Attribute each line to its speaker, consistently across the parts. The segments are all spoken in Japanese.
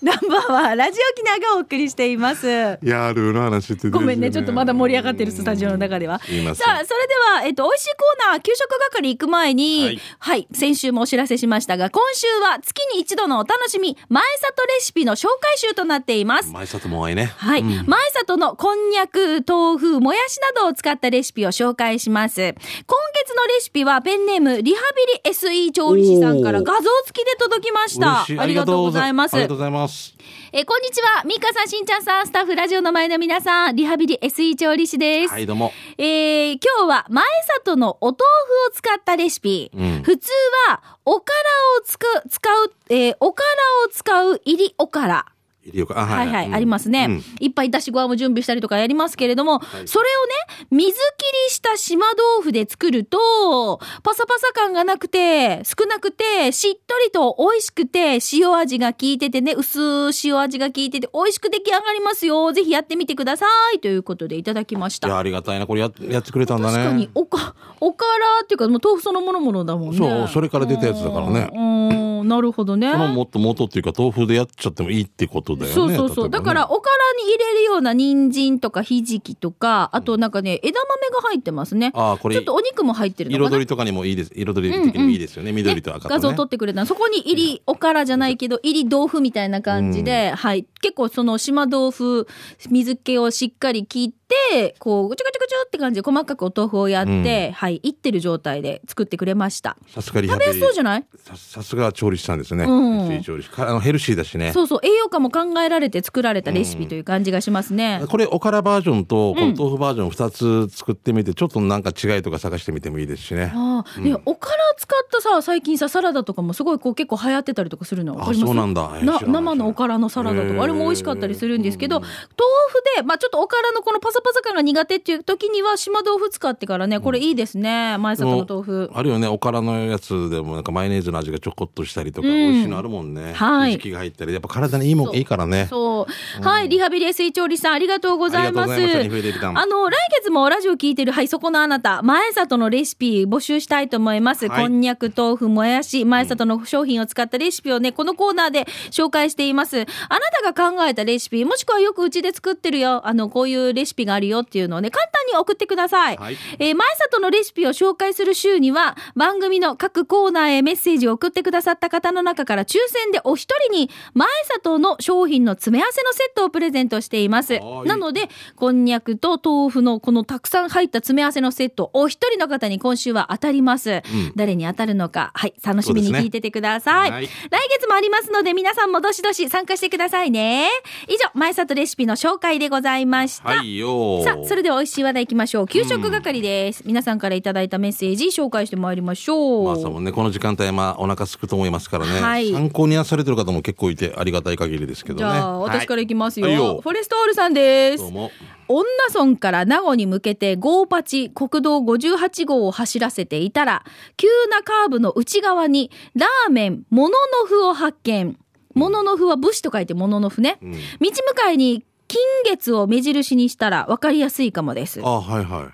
Speaker 1: ナンバーはラジオキナがお送りしています。
Speaker 2: いやールーの話って、
Speaker 1: ごめんね、ちょっとまだ盛り上がってるスタジオの中では。
Speaker 2: すいませ
Speaker 1: さあ、
Speaker 2: ん
Speaker 1: それでは、えっと、美味しいコーナー、給食係行く前に、は
Speaker 2: はいい、
Speaker 1: 先週もお知らせしましたが、今週は月に一度のお楽しみ、前里レシピの紹介集となっています。
Speaker 2: 前里も愛ね。
Speaker 1: はい。
Speaker 2: うん
Speaker 1: 前里のこんにゃく、豆腐、もやしなどを使ったレシピを紹介します。今月のレシピはペンネーム、リハビリ SE 調理師さんから
Speaker 2: おー
Speaker 1: 画像付きで届きました
Speaker 2: 嬉し。い
Speaker 1: ありがとうございます
Speaker 2: あり。がとうございます。
Speaker 1: えーこんにちは。ミカさん、しんちゃんさん、スタッフ、ラジオの前の皆さん、リハビリ SE 調理師です。
Speaker 2: はい、どうも。
Speaker 1: えー今日は前里のお豆腐を使ったレシピ。
Speaker 2: うん
Speaker 1: 普通は、おからをつく、使う、えーおからを使う入りおから。
Speaker 2: いるよか。あ
Speaker 1: はいはい、ありますね。
Speaker 2: うん
Speaker 1: いっぱい出しごわも準備したりとかやりますけれども、
Speaker 2: い
Speaker 1: それをね、水切りした島豆腐で作ると、パサパサ感がなくて、少なくて、しっとりと美味しくて、塩味が効いててね、薄い塩味が効いてて、美味しく出来上がりますよ。ぜひやってみてください。ということでいただきまし
Speaker 2: いや、
Speaker 1: た。
Speaker 2: ありがたいな。これややってくれたんだね。
Speaker 1: 確かに、おか、おからっていうか、もう豆腐そのものものだもんね。
Speaker 2: そうそれから出たやつだからね
Speaker 1: うん。うん、なるほどね。
Speaker 2: このもっと元っていうか豆腐でやっちゃってもいいってことだよね。
Speaker 1: そうそうそう、
Speaker 2: 例えば
Speaker 1: だ
Speaker 2: ね
Speaker 1: からおからに入れるような人参とかひじきとかあとなんかね枝豆が入ってますね
Speaker 2: ああこれ
Speaker 1: ちょっとお肉も入ってるのか
Speaker 2: 彩
Speaker 1: な
Speaker 2: りとかにもいいです。彩り的にもいいですよね。緑と赤とね。
Speaker 1: 画像撮ってくれたのそこに入りおからじゃないけど入り豆腐みたいな感じで、はい、結構その島豆腐水気をしっかり切ってこうぐちゅぐちゅぐちゅって感じで細かくお豆腐をやって、はいいってる状態で作ってくれました
Speaker 2: さすがリハ
Speaker 1: 食べや
Speaker 2: ビ
Speaker 1: す
Speaker 2: リ
Speaker 1: そう。じゃない
Speaker 2: ささすが調理師さんですね。
Speaker 1: うん
Speaker 2: 水調理師。かあのヘルシーだしね。
Speaker 1: そうそう栄養価も考えられて作られたレシピという感じがしますね、
Speaker 2: これおからバージョンとこ
Speaker 1: う
Speaker 2: の
Speaker 1: ん
Speaker 2: 豆腐バージョン2つ作ってみてちょっとなんか違いとか探してみてもいいですしね。
Speaker 1: ああ、ね、おから使ったさ、最近さ、サラダとかもすごいこう結構流行ってたりとかするの。わかります
Speaker 2: そうなんだえー知らない知らない
Speaker 1: 生のおからのサラダと
Speaker 2: へ
Speaker 1: か、
Speaker 2: ー
Speaker 1: あれも美味しかったりするんですけど、
Speaker 2: うん
Speaker 1: 豆腐で、まあちょっとおからのこのパサパサ感が苦手っていう時には、島豆腐使ってからね、これいいですね。前里の豆腐。
Speaker 2: あるよねおからのやつでもなんかマヨネーズの味がちょこっとしたりと
Speaker 1: う
Speaker 2: か、
Speaker 1: ん
Speaker 2: 美味しいのあるもんね。
Speaker 1: はい
Speaker 2: 時期が入ったりやっぱ体にいいも
Speaker 1: そ
Speaker 2: ん
Speaker 1: う
Speaker 2: いいからね。
Speaker 1: そう。はい、リハビリエスイ調理師さん、ありがとうございます。
Speaker 2: ありがとうございましたリハビリエスイさん
Speaker 1: あの、来月もラジオ聞いてる、はい、そこのあなた、前里のレシピ募集したいと思います。
Speaker 2: はい
Speaker 1: こんにゃく、豆腐、もやし、前里の商品を使ったレシピをね、このコーナーで紹介しています。あなたが考えたレシピ、もしくはよくうちで作ってるよ、あの、こういうレシピがあるよっていうのをね、簡単に送ってください。
Speaker 2: はい
Speaker 1: えー前里のレシピを紹介する週には、番組の各コーナーへメッセージを送ってくださった方の中から抽選でお一人に、前里の商品の詰め合わせのセットをプレゼントしています。
Speaker 2: はい
Speaker 1: なので、こんにゃくと豆腐のこのたくさん入った詰め合わせのセット、お一人の方に今週は当たります。誰に当たるのか、はい、楽しみに
Speaker 2: そうですね
Speaker 1: 聞いててください。
Speaker 2: はい
Speaker 1: 来月もありますので、皆さんもどしどし参加してくださいね。以上、前里レシピの紹介でございました。
Speaker 2: はいよー。
Speaker 1: さあ、それでは美味しい話題いきましょう。給食係です。皆さんからいただいたメッセージ紹介してまいりましょう。
Speaker 2: まあそうもね、この時間帯はまあお腹空くと思いますからね、
Speaker 1: はい
Speaker 2: 参考になされてる方も結構いてありがたい限りですけどね
Speaker 1: じゃあ、私からいきますよ。
Speaker 2: はいよ
Speaker 1: フォレストオールさんです
Speaker 2: どう。も
Speaker 1: 恩納村から名護に向けてゴーパチ国道58号を走らせていたら、急なカーブの内側にラーメン、もののふを発見。もののふは武士と書いてもののふね。
Speaker 2: ん
Speaker 1: 道向かいに金月を目印にしたら分かりやすいかもです。
Speaker 2: あはいは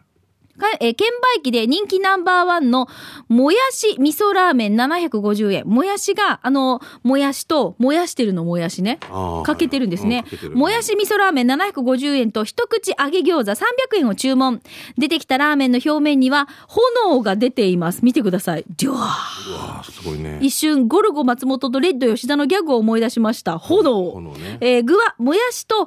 Speaker 1: かえー券売機で人気ナンバーワンのもやし味噌ラーメン750円。もやしが、あの、もやしと、もやしてるのもやしね
Speaker 2: あー。
Speaker 1: かけてるんです
Speaker 2: うん
Speaker 1: ね
Speaker 2: かけて。る
Speaker 1: もやし味噌ラーメン750円と一口揚げ餃子300円を注文。出てきたラーメンの表面には炎が出ています。見てください。じゃあ
Speaker 2: いうわあすごいね
Speaker 1: 一瞬、ゴルゴ松本とレッド吉田のギャグを思い出しました。炎。
Speaker 2: このね
Speaker 1: えー具はもやしと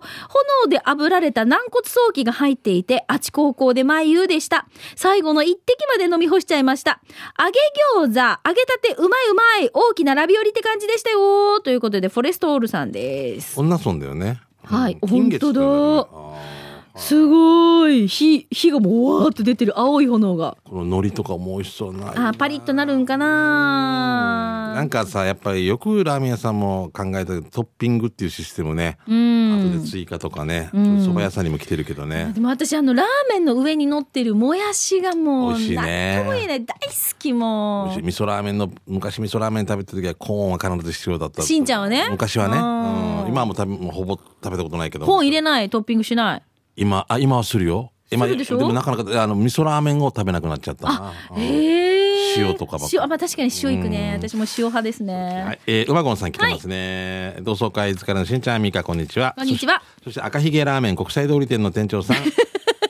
Speaker 1: 炎で炙られた軟骨早期が入っていてあち高校で前言うでした最後の一滴まで飲み干しちゃいました揚げ餃子揚げたてうまいうまい大きなラビオリって感じでしたよということでフォレストオールさんです
Speaker 2: 女村だよね
Speaker 1: はい
Speaker 2: うん金月っていうんよね
Speaker 1: 本
Speaker 2: あー
Speaker 1: すごい火火がもわーっと出てる青い炎が
Speaker 2: この海苔とかも美味しそうな
Speaker 1: あーパリッとなるんかな
Speaker 2: なんかさやっぱりよくラーメン屋さんも考えたけどトッピングっていうシステムね、
Speaker 1: う
Speaker 2: 後
Speaker 1: ん
Speaker 2: で追加とかね、
Speaker 1: ん
Speaker 2: そば屋さんにも来てるけどね、
Speaker 1: でも私あのラーメンの上に乗ってるもやしがもう
Speaker 2: 美味しいね
Speaker 1: なんとも言えない大好きもう
Speaker 2: 美味しい味噌ラーメンの昔味噌ラーメン食べた時はコーンは必ず必要だった
Speaker 1: しんちゃんはね
Speaker 2: 昔はね、
Speaker 1: あー
Speaker 2: うん今はもう食べもうほぼ食べたことないけど
Speaker 1: コーン入れないトッピングしない
Speaker 2: 今あ今はするよ
Speaker 1: するでしょ
Speaker 2: もなかなかあの味噌ラーメンを食べなくなっちゃったなうん
Speaker 1: へえ
Speaker 2: 塩とかばっか
Speaker 1: 塩あまあ確かに塩いくね
Speaker 2: うん
Speaker 1: 私も塩派ですね、
Speaker 2: はい、えー、馬ゴンさん来てますね、同窓会疲れのしんちゃんみかこんにちは
Speaker 1: こんにちは
Speaker 2: そしてそして赤ひげラーメン国際通り店の店長 さん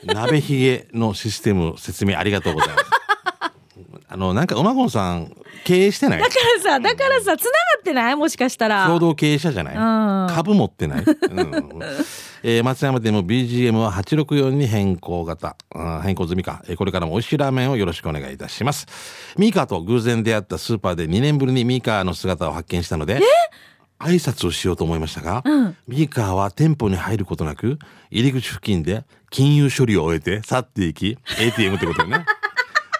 Speaker 2: 鍋ひげのシステム説明ありがとうございますあのなんか馬ゴンさん経営してない
Speaker 1: だからさだからさつながってないもしかしたら
Speaker 2: 共同経営者じゃな
Speaker 1: う
Speaker 2: い、
Speaker 1: ん
Speaker 2: 株持ってない、うんえー松山でも BGM は864に変更型、うん変更済みか、えーこれからも美味しいラーメンをよろしくお願いいたしますミーカーと偶然出会ったスーパーで2年ぶりにミーカーの姿を発見したので挨拶をしようと思いましたが、
Speaker 1: うん
Speaker 2: ミーカーは店舗に入ることなく入り口付近で金融処理を終えて去っていき ATM ってことよね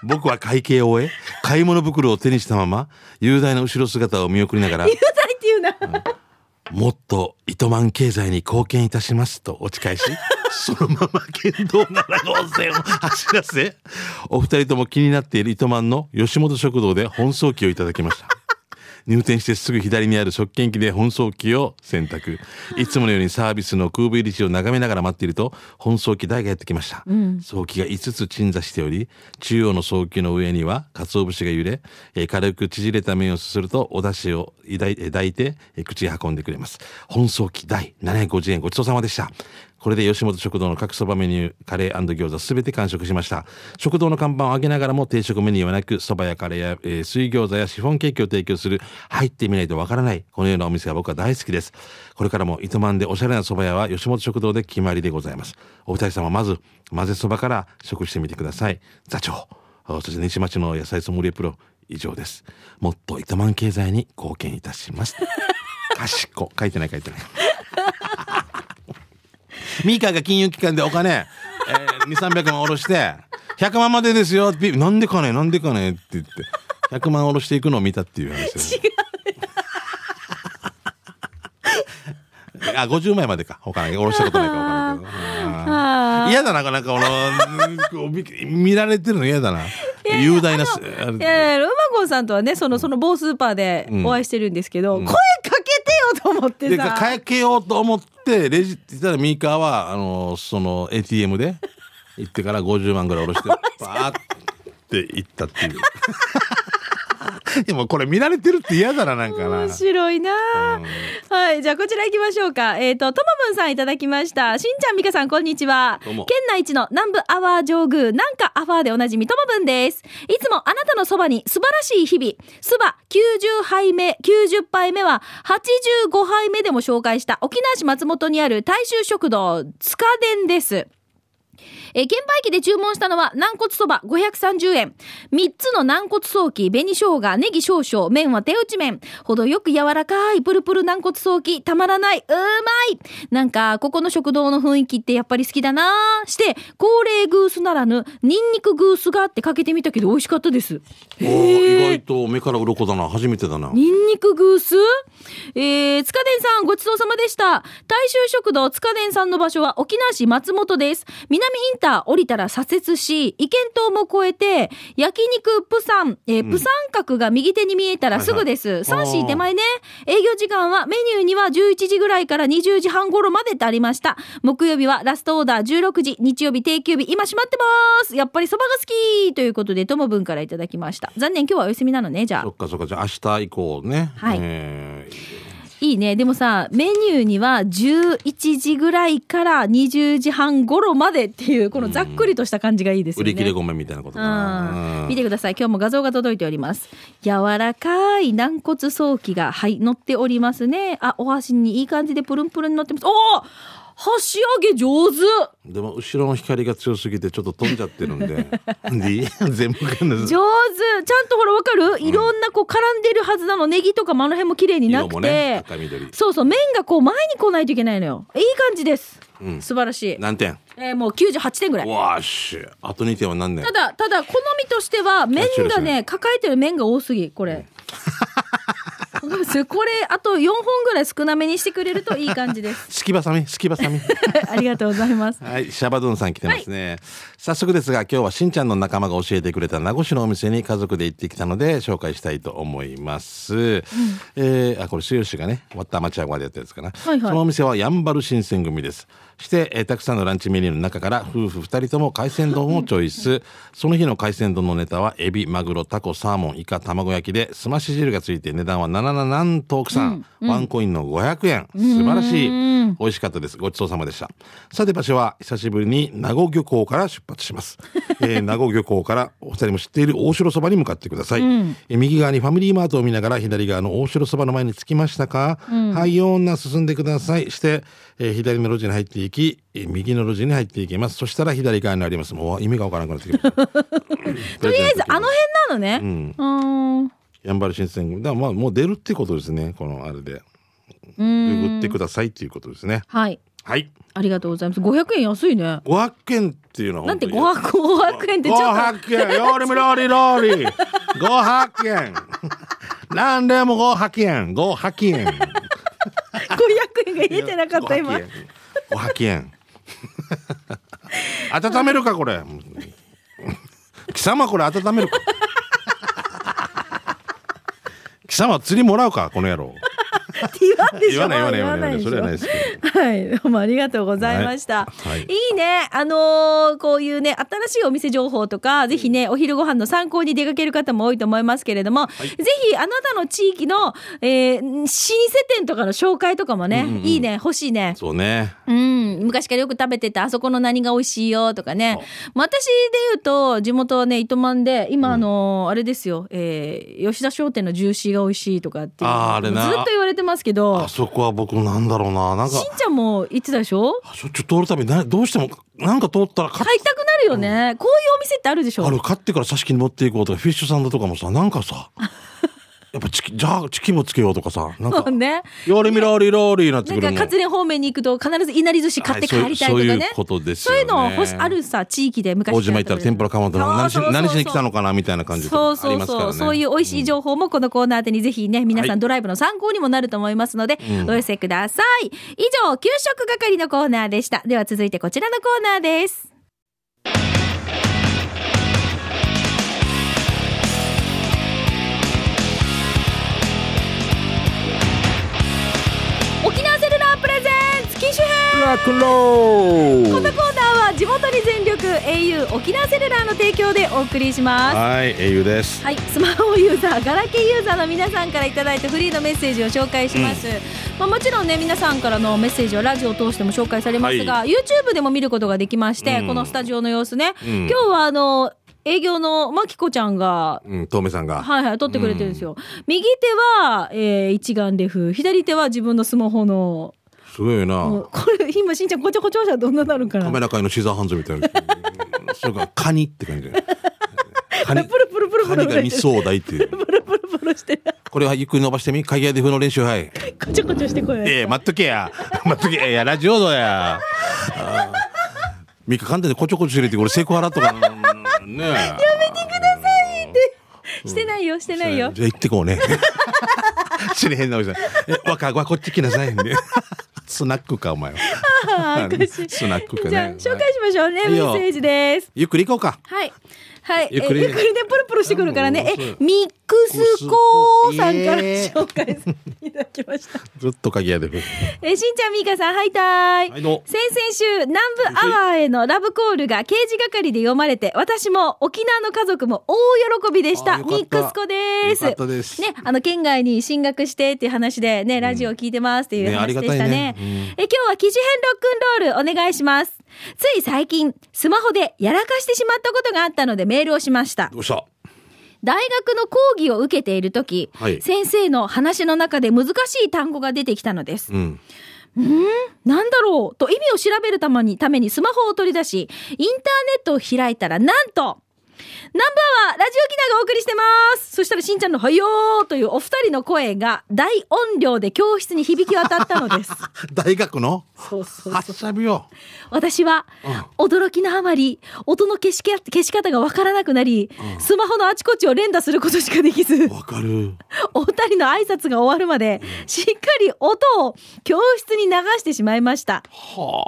Speaker 2: 僕は会計を終え買い物袋を手にしたまま雄大な後ろ姿を見送りながら
Speaker 1: 言うたいっていうな、
Speaker 2: もっと糸満経済に貢献いたしますとお誓いし、 そのまま県道7号線を走らせ、お二人とも気になっている糸満の吉本食堂で本草機をいただきま した。入店してすぐ左にある食券機で本草機を選択。いつものようにサービスの空部入り地を眺めながら待っていると、本草機台がやってきました。早期が5つ鎮座しており、中央の早期の上には、鰹節が揺れ、えー軽く縮れた麺をすすると、お出汁を抱いえー抱いて、えー口へ運んでくれます。本早期第750円ごちそうさまでした。これで吉本食堂の各そばメニュー、カレー餃子すべて完食しました。食堂の看板を上げながらも定食メニューはなく、そばやカレーや、えー水餃子やシフォンケーキを提供する、入ってみないとわからない、このようなお店は僕は大好きです。これからも糸満でおしゃれなそば屋は吉本食堂で決まりでございます。お二人様、まず、混ぜそばから食してみてください。座長、あそして西町の野菜ソムリエプロ、以上です。もっと糸満経済に貢献いたします。かしこ。書いてない書いてない。ミーカーが金融機関でお金、えー、2、300万下ろして、100万までですよって、なんでかね、なんでかねって言って、100万下ろしていくのを見たっていう話です。 違う。あ、50枚までか。他ない。下ろしたことないか分から ないけどあー。嫌だな、なんか、 このうん、こう見見られてるの嫌だな。雄大なす、あ
Speaker 1: い
Speaker 2: れ
Speaker 1: やいや、うまごんさんとはね、その、その某スーパーでお会いしてるんですけど、声かけてよと思って
Speaker 2: で
Speaker 1: さ。
Speaker 2: か変えけようと思ってレジって言ったらミーカーはあのその ATM で行ってから50万ぐらい下ろ してバーって行ったっていう でもこれ見られてるって嫌だななんかな
Speaker 1: 面白いなあ、はい。じゃあ、こちら行きましょうか。えっ、と、ともぶんさんいただきました。しんちゃん、みかさん、こんにちは。
Speaker 2: どう
Speaker 1: 県
Speaker 2: も
Speaker 1: 内一の南部アワー上宮、なんかアワーでおなじみ、ともぶんです。いつもあなたのそばに素晴らしい日々。そば90杯目、90杯目は、85杯目でも紹介した、沖縄市松本にある大衆食堂、塚伝です。えー券売機で注文したのは軟骨そば530円3つの軟骨早期紅生姜ネギ少々麺は手打ち麺程よく柔らかいプルプル軟骨早期たまらないうまいなんかここの食堂の雰囲気ってやっぱり好きだなーして高齢グースならぬニンニクグースがあってかけてみたけど美味しかったですへ
Speaker 2: おー
Speaker 1: ー
Speaker 2: 意外と目から鱗だな初めてだな
Speaker 1: ニンニクグースえー、塚伝さんごちそうさまでした。大衆食堂塚伝さんの場所は沖縄市松本です。南インター降りたら左折し、意見島も越えて、焼肉プサン、えープサン角が右手に見えたらすぐです。
Speaker 2: はいはい
Speaker 1: 3市手前ね。営業時間はメニューには11時ぐらいから20時半頃までってありました。木曜日はラストオーダー16時、日曜日定休日、今閉まってます。やっぱりそばが好きということで、ともぶんからいただきました。残念今日はお休みなのね、じゃあ
Speaker 2: そ。っかそっかじゃあ明日以降ね、
Speaker 1: はい
Speaker 2: え
Speaker 1: いいね。でもさ、メニューには11時ぐらいから20時半頃までっていう、このざっくりとした感じがいいです
Speaker 2: ー
Speaker 1: よ
Speaker 2: 売
Speaker 1: ね。
Speaker 2: り切れごめんみたいなことかな、
Speaker 1: う
Speaker 2: うん
Speaker 1: ん、見てください。今日も画像が届いております。柔らかい軟骨早期が、はい、乗っておりますね。あ、お箸にいい感じでプルンプルンに乗ってます。おお箸上げ上手
Speaker 2: でも後ろの光が強すぎてちょっと飛んじゃっ てるんでで全部が
Speaker 1: 上手ちゃんとほらわかるいろんなこう絡んでるはずなの。ネギとかもあの辺も綺麗にな
Speaker 2: 色
Speaker 1: くて。
Speaker 2: もね赤緑
Speaker 1: そうそう、麺がこう前に来ないといけないのよ。いい感じです。
Speaker 2: うん
Speaker 1: 素晴らしい。
Speaker 2: 何点
Speaker 1: えーもう98点ぐらい。
Speaker 2: わーしあと2点は何点
Speaker 1: ただ、ただ、好みとしては、麺
Speaker 2: あそうで
Speaker 1: が
Speaker 2: す
Speaker 1: ね、
Speaker 2: ね
Speaker 1: 抱えてる麺が多すぎ、これ。こごいですねこれあと4本ぐらい少なめにしてくれるといい感じで す
Speaker 2: すきばさみ、すきばさみ。
Speaker 1: ありがとうございます
Speaker 2: はい、シャバドゥンさん来てますね、早速ですが、今日はしんちゃんの仲間が教えてくれた名護市のお店に家族で行ってきたので、紹介したいと思います。えーあ、これ、末吉がね、ワッターマチアゴでやったやつかな。
Speaker 1: いはい
Speaker 2: そのお店はやんばる新選組です。して、えーたくさんのランチメニューの中から、夫婦二人とも海鮮丼をチョイス。その日の海鮮丼のネタは、エビ、マグロ、タコ、サーモン、イカ、卵焼きで、すまし汁がついて値段は77なんと奥さん、ワンコインの500円。素晴らしい。美味しかったです。ごちそうさまでした。さて場所は久しぶりに名護漁港から出発します。 えー名護漁港からお二人も知っている大城そばに向かってください。えー右側にファミリーマートを見ながら左側の大城そばの前に着きましたか、はい、ような進んでください。して、えー左の路地に入っていき、えー右の路地に入っていきます。そしたら左側になります。もう意味がわからなくなってきまし た。
Speaker 1: と
Speaker 2: と
Speaker 1: りあえずあの辺なのねうんん
Speaker 2: やんばる新選組。だからまあもう出るってことですね。このあれで。
Speaker 1: うん
Speaker 2: ググってくださいっていうことですね。
Speaker 1: はい
Speaker 2: はい。
Speaker 1: ありがとうございます500円安いね
Speaker 2: 500円っていうのは
Speaker 1: なん
Speaker 2: 本当
Speaker 1: て
Speaker 2: に
Speaker 1: 500, 500円ってちょっと
Speaker 2: 500円ローリムローリローリ500円何でも500円500円
Speaker 1: 500円が言えてなかった今
Speaker 2: 500円500円温めるかこれ貴様これ温めるか貴様釣りもらうかこの野郎
Speaker 1: って言わんでし
Speaker 2: 言
Speaker 1: ょ
Speaker 2: わない言わない言わない
Speaker 1: でしょ
Speaker 2: それはないですけど
Speaker 1: はい、どうもありがとうございました。、
Speaker 2: はいい
Speaker 1: いね、あのーこういうね、新しいお店情報とか、ぜひね、お昼ご飯の参考に出かける方も多いと思いますけれども、ぜひあなたの地域の、えー、老舗店とかの紹介とかもね、いいね、欲しいね。
Speaker 2: そうね
Speaker 1: うん、昔からよく食べてたあそこの何が美味しいよとかね
Speaker 2: そう
Speaker 1: まあ私で言うと地元はね糸満で今あのーあれですよ、えー吉田商店のジューシーが美味しいとかっていう
Speaker 2: あーあれな
Speaker 1: ずっと言われてますけど
Speaker 2: あそこは僕なんだろうななんか
Speaker 1: しんちゃんも言ってたでしょ
Speaker 2: あしょっちゅう通るたびになどうしてもなんか通ったら買っ
Speaker 1: 買いたくなるよね、こういうお店ってあるでしょ
Speaker 2: ある買ってから挿し木に持っていこうとかフィッシュサンドとかもさなんか さやっぱチキじゃあチキンもつけようとかさなんか
Speaker 1: そう ね
Speaker 2: ヨーリミローリローリになって
Speaker 1: な
Speaker 2: く
Speaker 1: ん
Speaker 2: る
Speaker 1: か
Speaker 2: の
Speaker 1: 勝連方面に行くと必ずいなり寿司買って帰りたいとか
Speaker 2: はいそういうそう
Speaker 1: ね
Speaker 2: いうことです
Speaker 1: そ
Speaker 2: よ
Speaker 1: う
Speaker 2: ね
Speaker 1: いうの欲しあるさ地域で昔
Speaker 2: 大島行ったら天ぷらかまんとか何し
Speaker 1: そうそうそうそう
Speaker 2: 何しに来たのかなみたいな感じと
Speaker 1: そう
Speaker 2: かあ
Speaker 1: そ
Speaker 2: り
Speaker 1: う
Speaker 2: ます
Speaker 1: そう、
Speaker 2: からね
Speaker 1: そういう美味しい情報もこのコーナー宛てにぜひね、皆さ
Speaker 2: は
Speaker 1: ん
Speaker 2: い
Speaker 1: ドライブの参考にもなると思いますので、お寄せください。以上、給食係のコーナーでした。では続いてこちらのコーナーです。沖縄セルラープレゼンツ機種編
Speaker 2: ラクロ
Speaker 1: この
Speaker 2: ー
Speaker 1: コーナーは地元に全力 au 沖縄セルラーの提供でお送りします。
Speaker 2: はい英雄です
Speaker 1: はい、スマホユーザー、ガラケーユーザーの皆さんからいただいたフリーのメッセージを紹介します。まあ、もちろんね、皆さんからのメッセージはラジオを通しても紹介されますが、
Speaker 2: は
Speaker 1: YouTube でも見ることができまして、
Speaker 2: うん
Speaker 1: このスタジオの様子ね、今
Speaker 2: ん
Speaker 1: 日はあの、営業のまきこちゃんが、
Speaker 2: うん遠目さんが
Speaker 1: はいはい、撮ってくれてるんですよ。右手は、えー一眼レフ、左手は自分のスマホの、
Speaker 2: すご
Speaker 1: も
Speaker 2: いな
Speaker 1: うこれ、今、しんちゃん、こちょこちょじゃどんななるか
Speaker 2: カメ
Speaker 1: な。
Speaker 2: ラ界のシザーハンズみ たいなそれからカニって感じカニ
Speaker 1: プルプルプルプ
Speaker 2: カ
Speaker 1: ル
Speaker 2: ニ
Speaker 1: プ
Speaker 2: が
Speaker 1: ル
Speaker 2: 味
Speaker 1: してる。
Speaker 2: 噌を大っていう
Speaker 1: プルプルプルして、
Speaker 2: これはゆっくり伸ばしてみ鍵屋で風の練習はい
Speaker 1: こちょこちょしてこない。
Speaker 2: ええ待っとけや。 待っとけや。いや、ラジオだや。あー三日間でこちょこちょ入れて、俺セクハラとか。うんねえ。 やめてくださいって。
Speaker 1: してないよ、してないよ。
Speaker 2: じゃあ行ってこう ね。知れへんなおじさん。え、若い子はこっち来なさいんで。 スナックか、お前は。
Speaker 1: あーおかしい
Speaker 2: スナックかね
Speaker 1: じゃあ紹介しましょうね、
Speaker 2: はい
Speaker 1: メッセージです。
Speaker 2: ゆっくり行こうか。
Speaker 1: はい。はい。
Speaker 2: ゆっくり
Speaker 1: えゆっくりね、プルプルしてくるからね。
Speaker 2: うん
Speaker 1: え、ミックスコーさんから紹介させていただきました。
Speaker 2: ずっと鍵屋で。
Speaker 1: え、しんちゃん、みーかさん、ハイタイ。
Speaker 2: はいどうも
Speaker 1: 先々週、南部アワーへのラブコールが刑事係で読まれて、私も沖縄の家族も大喜びでし
Speaker 2: あ
Speaker 1: た。
Speaker 2: ーよかった
Speaker 1: ミックスコです。
Speaker 2: よかったです
Speaker 1: ね、あの、県外に進学してっていう話でね、ラジオ聞いてますっていう
Speaker 2: ねあ
Speaker 1: 話
Speaker 2: り
Speaker 1: で
Speaker 2: が
Speaker 1: したた
Speaker 2: い
Speaker 1: ね。
Speaker 2: ね
Speaker 1: え今日は記事編ロックンロールお願いします。つい最近、スマホでやらかしてしまったことがあったのでメールをしました。
Speaker 2: どうした
Speaker 1: 大学の講義を受けているとき、
Speaker 2: はい
Speaker 1: 先生の話の中で難しい単語が出てきたのです。
Speaker 2: うん。
Speaker 1: なんだろうと意味を調べるためにためにスマホを取り出し、インターネットを開いたら、なんと、ナンバーはラジオキナがお送りしてます。そしたらしんちゃんのはいよーというお二人の声が大音量で教室に響き渡ったのです。
Speaker 2: 大学の
Speaker 1: そうそう
Speaker 2: 発射日を
Speaker 1: 私は驚きのあまり音の消しけ消し方がわからなくなり、スマホのあちこちを連打することしかできず
Speaker 2: わかる
Speaker 1: お二人の挨拶が終わるまでしっかり音を教室に流してしまいました
Speaker 2: は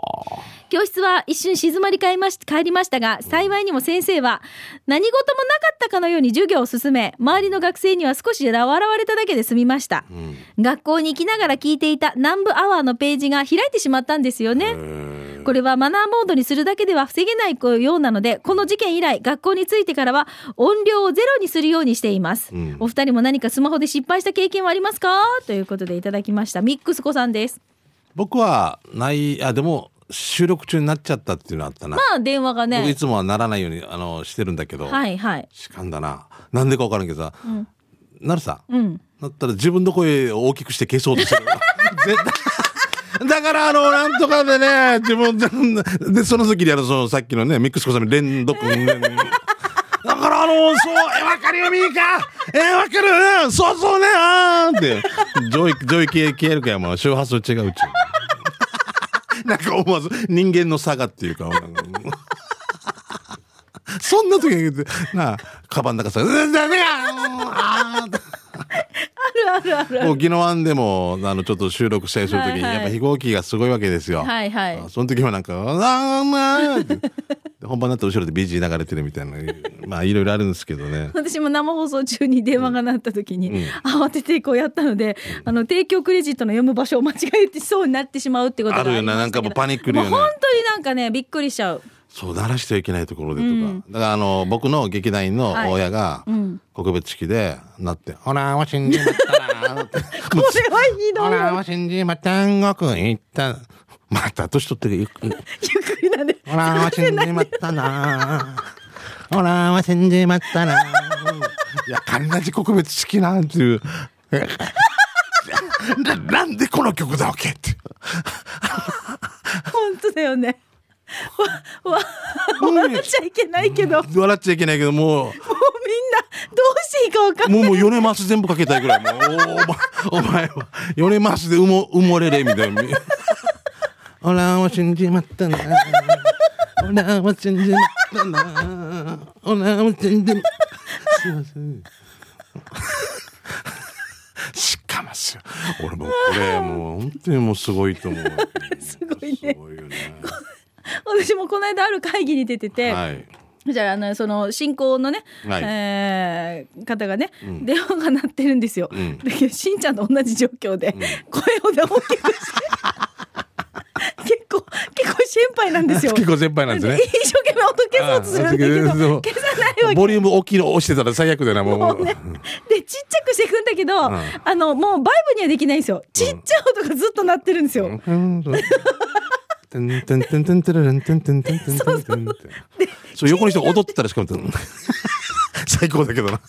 Speaker 1: 教室は一瞬静まり返りまし帰りましたが幸いにも先生は何事もなかったかのように授業を進め周りの学生には少し笑われただけで済みました
Speaker 2: あ、うん
Speaker 1: 学校に行きながら聞いていた南部アワーのページが開いてしまったんですよね
Speaker 2: えー
Speaker 1: これはマナーモードにするだけでは防げないようなので、この事件以来、学校についてからは音量をゼロにするようにしています。
Speaker 2: うん
Speaker 1: お二人も何かスマホで失敗した経験はありますかということでいただきました。ミックス子さんです。
Speaker 2: 僕はないあでも収録中になっちゃったっていうのあったな、
Speaker 1: まあ、電話が
Speaker 2: 僕い
Speaker 1: ね。
Speaker 2: つもはならないようにあのしてるんだけど、
Speaker 1: はいはい。
Speaker 2: しかんだななんでかわからんけどさ、なるさ、
Speaker 1: うん。
Speaker 2: だったら自分の声を大きくして消そうとす る絶対だからあのなんとかでね自分でその時にあのそのさっきのねミックスコさんの連続ねだからあのそうえわかるよみーかえわかるうんそうそうねあーって上位上位系消えるかやもう周波数違うっちゅう なんか思わず人間の差がっていうかなんかそんな時になあカバンの中さ「うんダメだうんあー
Speaker 1: あるあるある。
Speaker 2: 沖縄湾でもあのちょっと収録したりするときに、
Speaker 1: はいはい
Speaker 2: やっぱ飛行機がすごいわけですよ。
Speaker 1: はいはい
Speaker 2: あその時はなんか「あーまあ」ってで本番になって後ろで BG 流れてるみたいなまあいろいろあるんですけどね。
Speaker 1: 私も生放送中に電話が鳴った時に慌ててこうやったので、あの提供クレジットの読む場所を間違えてそうになってしまうってことが
Speaker 2: あ
Speaker 1: あり
Speaker 2: る
Speaker 1: ま
Speaker 2: よ
Speaker 1: したけど
Speaker 2: ななんかもうパニックるよね
Speaker 1: もう本当になんかねびっくりしちゃう
Speaker 2: そう鳴らしてはいけないところでとか、だからあの僕の劇団員の親が告別式でなって「ほらわしんじまったな」
Speaker 1: これはひど
Speaker 2: ほ
Speaker 1: い
Speaker 2: ら
Speaker 1: よ
Speaker 2: わしんじまったんごく行った」また年取ってゆ っくり
Speaker 1: ゆっくりなんで
Speaker 2: ほら、わしんじまったな。ほら、わしんじまったな。いや、カンナジ国別式なんていう。 ななんでこの曲だわけって。
Speaker 1: 本当だよね。わ、わ、
Speaker 2: うん
Speaker 1: 笑っちゃいけないけど、もうみんな
Speaker 2: 笑っちゃいけないけど、
Speaker 1: ど
Speaker 2: も
Speaker 1: うしていいかわか
Speaker 2: う、
Speaker 1: んない。
Speaker 2: もう、もう、ヨネマス全部かけたいぐらい。もう、おお前、お前は、ヨネマスで埋も、埋もれれ、みたいな。ほら、わしんじまったな。ほら、わしんじまったな。ほら、わしんじまったすいません。しかますよ。俺もうこれもう本当にもうすごいと思う。す
Speaker 1: ごいね
Speaker 2: よね。
Speaker 1: 私もこの間ある会議に出てて、
Speaker 2: はい。
Speaker 1: じゃあ、あの、その、進行のね、
Speaker 2: はい
Speaker 1: えー方がね、電話が鳴ってるんですよ。
Speaker 2: ん
Speaker 1: だけど、しんちゃんと同じ状況で、声を大きくして。結構、結構心配なんですよ。
Speaker 2: 結構先輩なんですね。
Speaker 1: 一生懸命音消そうとするんだけ
Speaker 2: あーそ
Speaker 1: ど、
Speaker 2: う
Speaker 1: 消さないわけ
Speaker 2: ボリューム大きいの押してたら最悪だよなも
Speaker 1: も
Speaker 2: う。
Speaker 1: うね、でちっちゃくしていくんだけど、
Speaker 2: ん
Speaker 1: あのもうバイブにはできないんですよちっちゃい音がずっと鳴ってるんですよ、
Speaker 2: うんてんてんてんてんてんてんてんてんてんてんてんてんてんそう横の人が踊ってたら しかも最高だけどな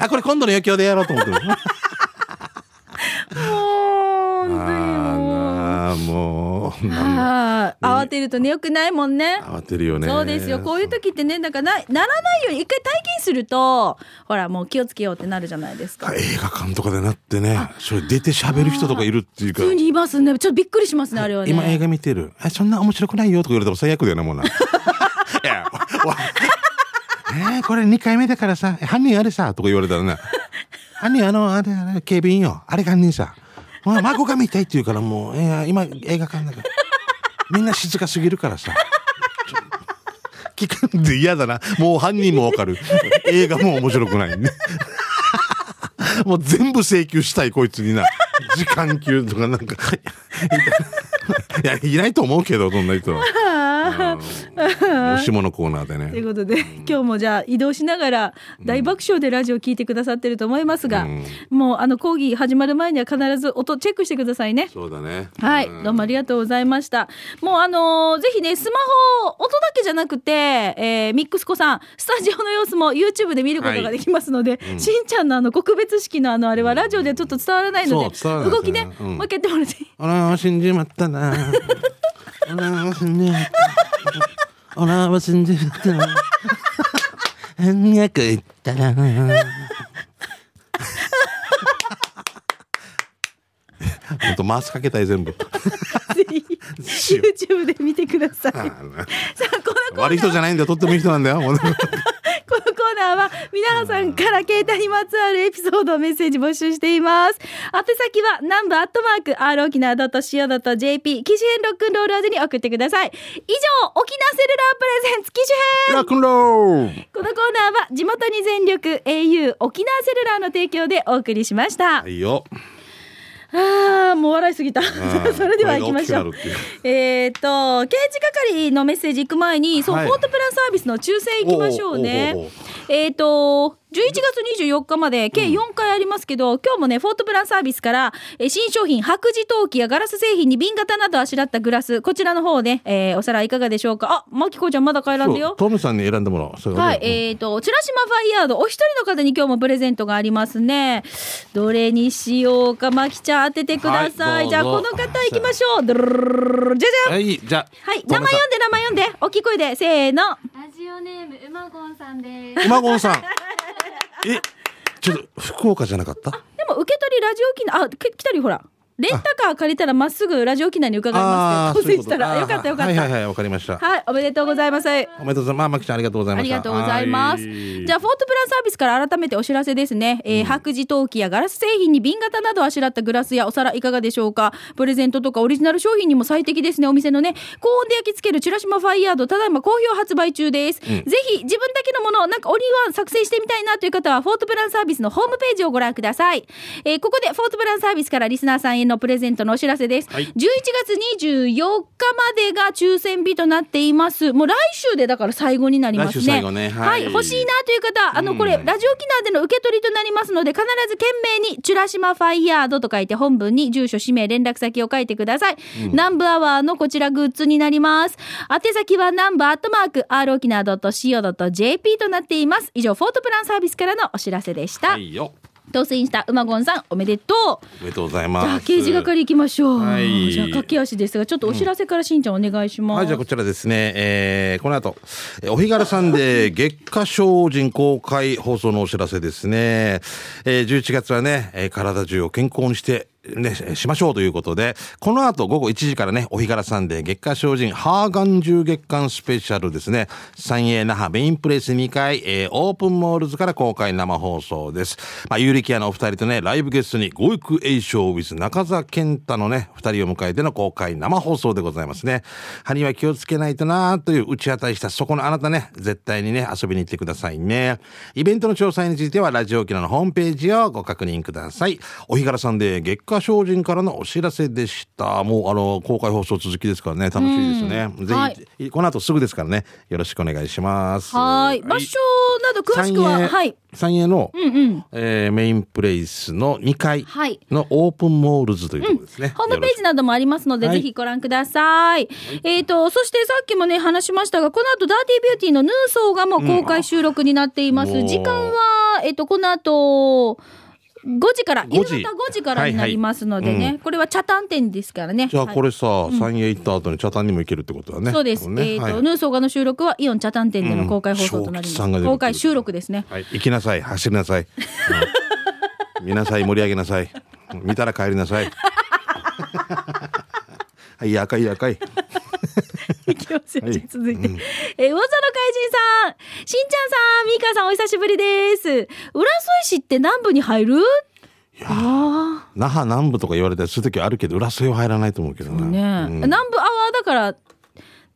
Speaker 2: あこれ今度の余興でやろうと思ってる
Speaker 1: もう本当にもう
Speaker 2: ああもうなんだ
Speaker 1: ああ慌てるとねよくないもんね
Speaker 2: 慌てるよね
Speaker 1: そうですよこういう時ってねだからなならないように一回体験するとほらもう気をつけようってなるじゃないですか
Speaker 2: 映画館とかでなってねそれ出て喋る人とかいるっていうか
Speaker 1: 普通にいますねちょっとびっくりしますねあれはね
Speaker 2: 今映画見てるあそんな面白くないよとか言われても最悪だよ なもうな いやわえーこれ2回目だからさ犯人あれさとか言われ たらね犯人あのあれあれ警備員よあれが犯人さまあ孫が見たいって言うからもう、えー今映画館だからみんな静かすぎるからさちょ聞くんで嫌だなもう犯人もわかる映画も面白くないねもう全部請求したいこいつにな時間給とかなんかいやいないと思うけどそんな人 はうん吉本のコーナーで
Speaker 1: という
Speaker 2: ね
Speaker 1: ことで、今日もじゃあ移動しながら大爆笑でラジオ聞いてくださってると思いますが、
Speaker 2: うん
Speaker 1: もうあの講義始まる前には必ず音チェックしてくださいね。
Speaker 2: そうだね
Speaker 1: はい、
Speaker 2: うん
Speaker 1: どうもありがとうございました。もうあのーぜひね、スマホ、音だけじゃなくて、えーミックス子さん、スタジオの様子も YouTube で見ることができますので、しんちゃんのあの、告別式のあの、あれはラジオではちょっと伝わらないので、
Speaker 2: そう伝わらない
Speaker 1: 動
Speaker 2: で
Speaker 1: き
Speaker 2: すね
Speaker 1: ね、
Speaker 2: うん
Speaker 1: もう一回やってもらっていい
Speaker 2: あら死んじまったなあら死んじまったあら死んじまったなこんにゃくいったら。ほんと回すかけたい全部。
Speaker 1: ぜひ YouTube で見てください。さあ、このコーナー
Speaker 2: 悪い人じゃないんだよ。とってもいい人なんだよ。もう
Speaker 1: このコーナーは皆さんから携帯にまつわるエピソードをメッセージ募集しています宛先は南部アットマーク r 沖縄 .co.jp 機種編ロックンロール宛てに送ってください以上沖縄セルラープレゼンツ機種編
Speaker 2: ラクンロール
Speaker 1: このコーナーは地元に全力 au 沖縄セルラーの提供でお送りしました、
Speaker 2: はいよ。
Speaker 1: あーもう笑いすぎた それでは行きましょう
Speaker 2: これが大きくなるっていう
Speaker 1: えっ、と刑事係のメッセージ行く前にそう、
Speaker 2: はい
Speaker 1: ポートプランサービスの抽選行きましょうね
Speaker 2: おうおうおう
Speaker 1: えっ、と11月24日まで計4回ありますけど、今日もねフォートプランサービスから、えー新商品白磁陶器やガラス製品に瓶型などあしらったグラスこちらの方ね、えーお皿いかがでしょうかあマキコちゃんまだ帰らんで
Speaker 2: そう
Speaker 1: よ
Speaker 2: トムさんに選んでもらおう。それ
Speaker 1: はい、
Speaker 2: ね
Speaker 1: えっ、と、チュラシマファイヤード、お一人の方に今日もプレゼントがありますね。どれにしようか、まきちゃん当ててくださ
Speaker 2: はい
Speaker 1: い。
Speaker 2: どうぞ
Speaker 1: じゃあ、この方行きましょう。ドゥルルルルルルじゃじゃん。
Speaker 2: はい、じゃあ。
Speaker 1: はい、
Speaker 2: ト
Speaker 1: 名
Speaker 2: ム
Speaker 1: 前
Speaker 2: さん
Speaker 1: 読んで、名前読んで、大きい声で、せーの。
Speaker 3: ラジオネームうまごんさんです。
Speaker 2: 馬ゴンさん。え、ちょっと福岡じゃなかった？
Speaker 1: でも、受け取りラジオ機能、あ、き来たり、ほら。レンタカー借りたら、まっすぐラジオ機内に伺いますけど、当
Speaker 2: そうい
Speaker 1: 選
Speaker 2: うこ
Speaker 1: した
Speaker 2: と
Speaker 1: ら、
Speaker 2: あー
Speaker 1: よかった、よか
Speaker 2: は
Speaker 1: っ
Speaker 2: い
Speaker 1: た。
Speaker 2: はいはい、わかりました。
Speaker 1: はい、おめでとうございます。
Speaker 2: おめでとうございます。まあ、まきちゃんありがとうございま
Speaker 1: あ
Speaker 2: し
Speaker 1: り
Speaker 2: た。
Speaker 1: がとうございます。
Speaker 2: はい
Speaker 1: じゃあ、フォートプランサービスから改めてお知らせですね。えー白磁陶器やガラス製品に瓶型などあしらったグラスやお皿いかがでしょうかプレゼントとかオリジナル商品にも最適ですね。お店のね、高温で焼き付けるチュラシマファイヤード、ただいま好評発売中です。ぜひ、自分だけのものをなんかオリワン作成してみたいなという方は、フォートプランサービスのホームページをご覧ください。えーここで、フォートプランサービスからリスナーさんへのプレゼントのお知らせです。
Speaker 2: はい
Speaker 1: 11月24日までが抽選日となっています。もう来週でだから最後になりますね。
Speaker 2: 来週最後ね
Speaker 1: は、
Speaker 2: はいい
Speaker 1: 欲しいなという方、あの、
Speaker 2: うん
Speaker 1: これ、ラジオ機内での受け取りとなりますので、必ず懸命に、チュラシマファイヤードと書いて、本文に住所、氏名、連絡先を書いてください。南部アワーのこちらグッズになります。宛先は南部アットマーク、r 沖縄 .co.jp となっています。以上、フォートプランサービスからのお知らせでした。
Speaker 2: はいよ。
Speaker 1: 当選した馬ゴンさん、おめでとう。
Speaker 2: おめでとうござい
Speaker 1: じゃ
Speaker 2: ま
Speaker 1: あ、
Speaker 2: す。
Speaker 1: 刑事係行きましょう。
Speaker 2: はい
Speaker 1: じゃあ、駆け足ですが、ちょっとお知らせからしんちゃんお願いします。
Speaker 2: はい、じゃあこちらですね、えー、この後、えーお日柄さ んで月下精進公開放送のお知らせですね。えー、11月はね、えー体中を健康にして、ね、ししましょうということで、この後午後1時からね、お日柄さんで月下精進ハーガン中月間スペシャルですね。三栄那覇メインプレイス2階、えーオープンモールズから公開生放送です。まあ、ユーリキアのお二人とね、ライブゲストにゴイク栄翔 with 中澤健太のね、二人を迎えての公開生放送でございますね。歯には気をつけないとなーという打ち当たりしたそこのあなたね、絶対にね、遊びに行ってくださいね。イベントの詳細については、ラジオ沖縄のホームページをご確認ください。お日柄さんで月下精進からのお知らせでした。もう、あの、公開放送続きですからね、楽しいですね。ぜひ、
Speaker 1: は
Speaker 2: この後すぐですからね、よろしくお願いします。
Speaker 1: はい。場所など詳しく
Speaker 2: 三
Speaker 1: は、
Speaker 2: 栄
Speaker 1: はい。
Speaker 2: 三栄の、
Speaker 1: うんうん。
Speaker 2: えーメインプレイスの2階
Speaker 1: はい
Speaker 2: のオープンモールズというところですね。
Speaker 1: ホームページなどもありますので、
Speaker 2: はい
Speaker 1: ぜひご覧ください。えっ、と、そしてさっきもね、話しましたが、この後、ダーティービューティーのヌーソーがもう公開収録になっています。
Speaker 2: うん
Speaker 1: 時間は、えっ、と、この後、5時から、
Speaker 2: 5
Speaker 1: 夕
Speaker 2: 時
Speaker 1: 方5時からになりますのでね、
Speaker 2: はいはい
Speaker 1: これは茶炭店ですからね。
Speaker 2: じゃあ
Speaker 1: はい
Speaker 2: これさ、三栄行った後に茶炭にも行けるってことだね。
Speaker 1: そうです。
Speaker 2: これね
Speaker 1: えっ、と、
Speaker 2: はい
Speaker 1: ヌーソーがの収録はイオン茶炭店での公開放送となり
Speaker 2: うん正
Speaker 1: ま
Speaker 2: 吉
Speaker 1: す。
Speaker 2: さんが出てくる
Speaker 1: 公開収録ですね。
Speaker 2: はい、行きなさい、走りなさい。うん見なさい、盛り上げなさい。見たら帰りなさい。 はい、赤い赤い。
Speaker 1: いきますよ
Speaker 2: はい
Speaker 1: じゃあ続いて。えー、魚座の怪人さん、しんちゃんさん、みーかさん、お久しぶりです。浦添市って南部に入るあ
Speaker 2: 那覇南部とか言われたりするときあるけど、裏添は入らないと思うけど
Speaker 1: あ、
Speaker 2: な。
Speaker 1: ねえ、
Speaker 2: うん
Speaker 1: 南部アワーだから、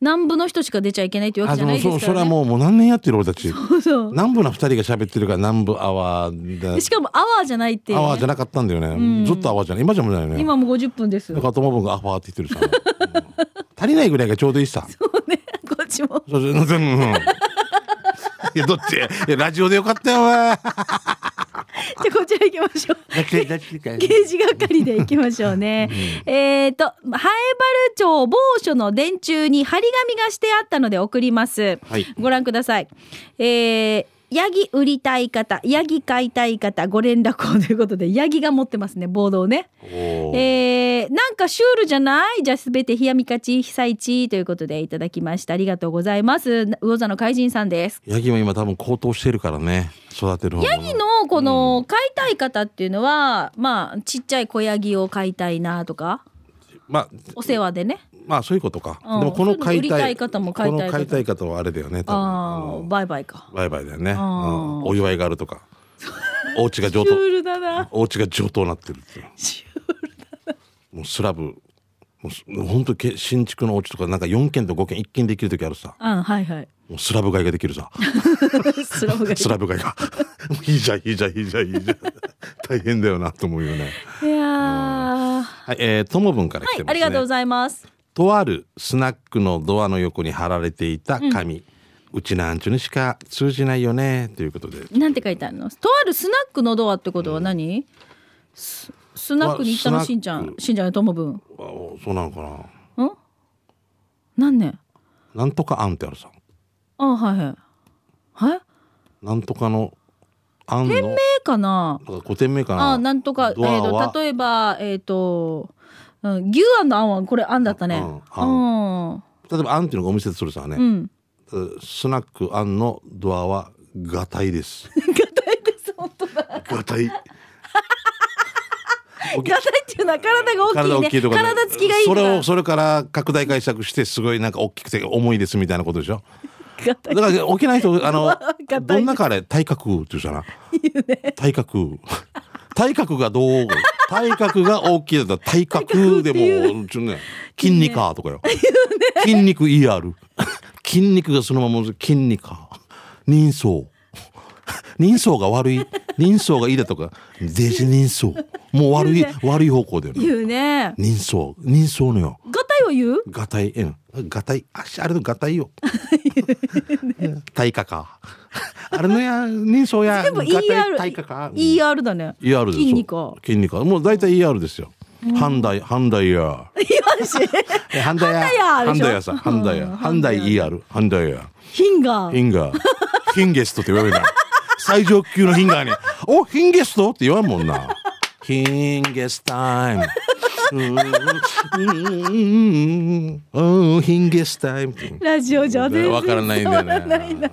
Speaker 1: 南部の人しか出ちゃいけないってわけ
Speaker 2: あ
Speaker 1: じ
Speaker 2: で
Speaker 1: ゃな
Speaker 2: も
Speaker 1: いですか
Speaker 2: そ
Speaker 1: ら、
Speaker 2: う
Speaker 1: ね。
Speaker 2: それはもうもう何年やってる俺たち
Speaker 1: そう そう
Speaker 2: 南部の二人が喋ってるから南部アワーだ
Speaker 1: しかもアワーじゃないっていう
Speaker 2: ア
Speaker 1: ね、
Speaker 2: ワーじゃなかったんだよね、ずっとアワーじゃない今じゃもないよね
Speaker 1: 今も50分です。
Speaker 2: だから友分がアファーって言ってるさ、うん足りないぐらいがちょうどいいさ そ
Speaker 1: そうね、こっちも。
Speaker 2: うそううんうんいやどっちいやラジオでよかったよお前
Speaker 1: じゃあこちら行きましょう。
Speaker 2: だってだってか
Speaker 1: 刑事係で行きましょうね。えっと、ハエバル町某所の電柱に張り紙がしてあったので送ります。
Speaker 2: はい
Speaker 1: ご覧ください。えーヤギ売りたい方、ヤギ買いたい方、ご連絡をということで、ヤギが持ってますね、ボードをね。
Speaker 2: おー
Speaker 1: えー、なんかシュールじゃないじゃあすべて冷やみかち、被災地ということでいただきました。ありがとうございます。魚座の怪人さんです。
Speaker 2: ヤギも今多分高騰してるからね育てる方も
Speaker 1: ヤギのこの飼いたい方っていうのは、まあ、ちっちゃい小ヤギを飼いたいなとか、
Speaker 2: まあ
Speaker 1: お世話でね。
Speaker 2: まあそういうことか、
Speaker 1: うん
Speaker 2: でもこ
Speaker 1: そうい
Speaker 2: の解体
Speaker 1: うの売りたい方も買いたい方
Speaker 2: この買いたい方はあれだよね多分あ
Speaker 1: ああ、
Speaker 2: の
Speaker 1: バイバイか。
Speaker 2: 売買だよね、うん
Speaker 1: あー
Speaker 2: お祝いがあるとかお家が上
Speaker 1: シュ
Speaker 2: 等
Speaker 1: ールだな。
Speaker 2: お家が上等になってるっていうもうスラブもうす本当け新築のお家とかなんか4軒と5軒1軒できる時あるさ
Speaker 1: うん、はいはい。
Speaker 2: もうスラブ買いができる さ
Speaker 1: スラブがいい
Speaker 2: スラブ買いがもういいじゃんいいじゃんいいじゃんいいじゃん大変だよなと思うよね
Speaker 1: いやー
Speaker 2: はいえーともぶんから来
Speaker 1: は
Speaker 2: て
Speaker 1: い、
Speaker 2: ますね、
Speaker 1: ありがとうございます。
Speaker 2: とあるスナックのドアの横に貼られていた紙、うちなんちゅにしか通じないよねということで
Speaker 1: なんて書いてあるのとあるスナックのドアってことは何、ススナックに行った
Speaker 2: う
Speaker 1: の
Speaker 2: わ
Speaker 1: しんちゃ
Speaker 2: スナ
Speaker 1: ん
Speaker 2: ッ。ク
Speaker 1: しんちゃんのともぶん。ん
Speaker 2: あおそうなのかな
Speaker 1: 何ね
Speaker 2: なんとかあんってあるさ
Speaker 1: あはいはい。はい
Speaker 2: なんとかのあんの
Speaker 1: 店名かな
Speaker 2: 5点目かな
Speaker 1: あなんとか、え
Speaker 2: ドアは
Speaker 1: ー、と例えば、えっ、と、うん、牛あんのあんはこれあんだったね。う
Speaker 2: う
Speaker 1: んん。うん。
Speaker 2: 例えばあんっていうのがお店でするさね、えスナックあんのドアはがた いです
Speaker 1: 本当だ。が
Speaker 2: がたい
Speaker 1: たいっていうのは体が大きいね。
Speaker 2: 体大きいとかね
Speaker 1: 体つきがいい
Speaker 2: そ
Speaker 1: とか
Speaker 2: れ
Speaker 1: ら。
Speaker 2: をそれから拡大解釈してすごいなんか大きくて重いですみたいなことでしょ
Speaker 1: がたい
Speaker 2: だから沖縄の人あ の
Speaker 1: 硬い
Speaker 2: どんな彼体格っていうじゃな体格 体格がどう体格が大きいだったら体格でもうちょっとね筋肉かとかよ筋肉 ER 筋肉がそのまま筋肉か人相人相が悪い人相がいいだと かデジ人相もう悪い悪い方向だよね
Speaker 1: 言うね。
Speaker 2: 人相人相のよ
Speaker 1: がたいは言う
Speaker 2: がたい、うん。がたい。あし、あれのがた いよ。対価か。あれのや、人相や。
Speaker 1: 全部
Speaker 2: がたい
Speaker 1: ER
Speaker 2: 対価か。うん
Speaker 1: ER だね。
Speaker 2: ER ですよ。
Speaker 1: 筋肉。
Speaker 2: 筋肉。もう大体 ER ですよ。ハンダイ、ハンダ イヤー。えハンダイヤー。ハ
Speaker 1: ハ
Speaker 2: ン
Speaker 1: ンダ
Speaker 2: ダ
Speaker 1: イヤー
Speaker 2: イヤー
Speaker 1: でし
Speaker 2: さ
Speaker 1: ょ
Speaker 2: ん。ハンダイヤ
Speaker 1: う
Speaker 2: ー。
Speaker 1: ん
Speaker 2: ハンダイ ER。ハンダイヤー。
Speaker 1: ヒンガ
Speaker 2: ヒ
Speaker 1: ー。
Speaker 2: ンガー。ヒンゲストって言わない。最上級のヒンガーに、お、ヒンゲストって言わんもんな。ヒンゲスタイム。うーん、うん、ヒンゲスタイム。
Speaker 1: ラジオじゃ全然
Speaker 2: わからないんだよね
Speaker 1: わからないんだ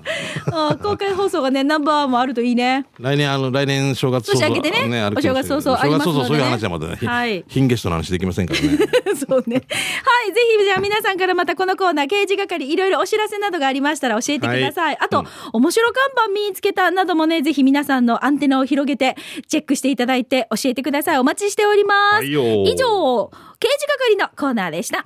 Speaker 1: あー公開放送がね、ナンバーもあるといいね。
Speaker 2: 来年、あの、来年正月
Speaker 1: 年明けてね
Speaker 2: あるかもしれない
Speaker 1: お正月早々
Speaker 2: お正
Speaker 1: あり
Speaker 2: 月
Speaker 1: ますの
Speaker 2: 早
Speaker 1: でね
Speaker 2: 々そういう話はまだね。
Speaker 1: はい
Speaker 2: ヒンゲストの話できませ んからね。
Speaker 1: そうね。はい。ぜひ、じゃあ皆さんからまたこのコーナー、刑事係、いろいろお知らせなどがありましたら教えてください。
Speaker 2: はい
Speaker 1: あと、面白看板見つけたなどもね、ぜひ皆さんのアンテナを広げて、チェックしていただいて教えてください。お待ちしております。
Speaker 2: はいよ
Speaker 1: 以上、刑事係のコーナーでした。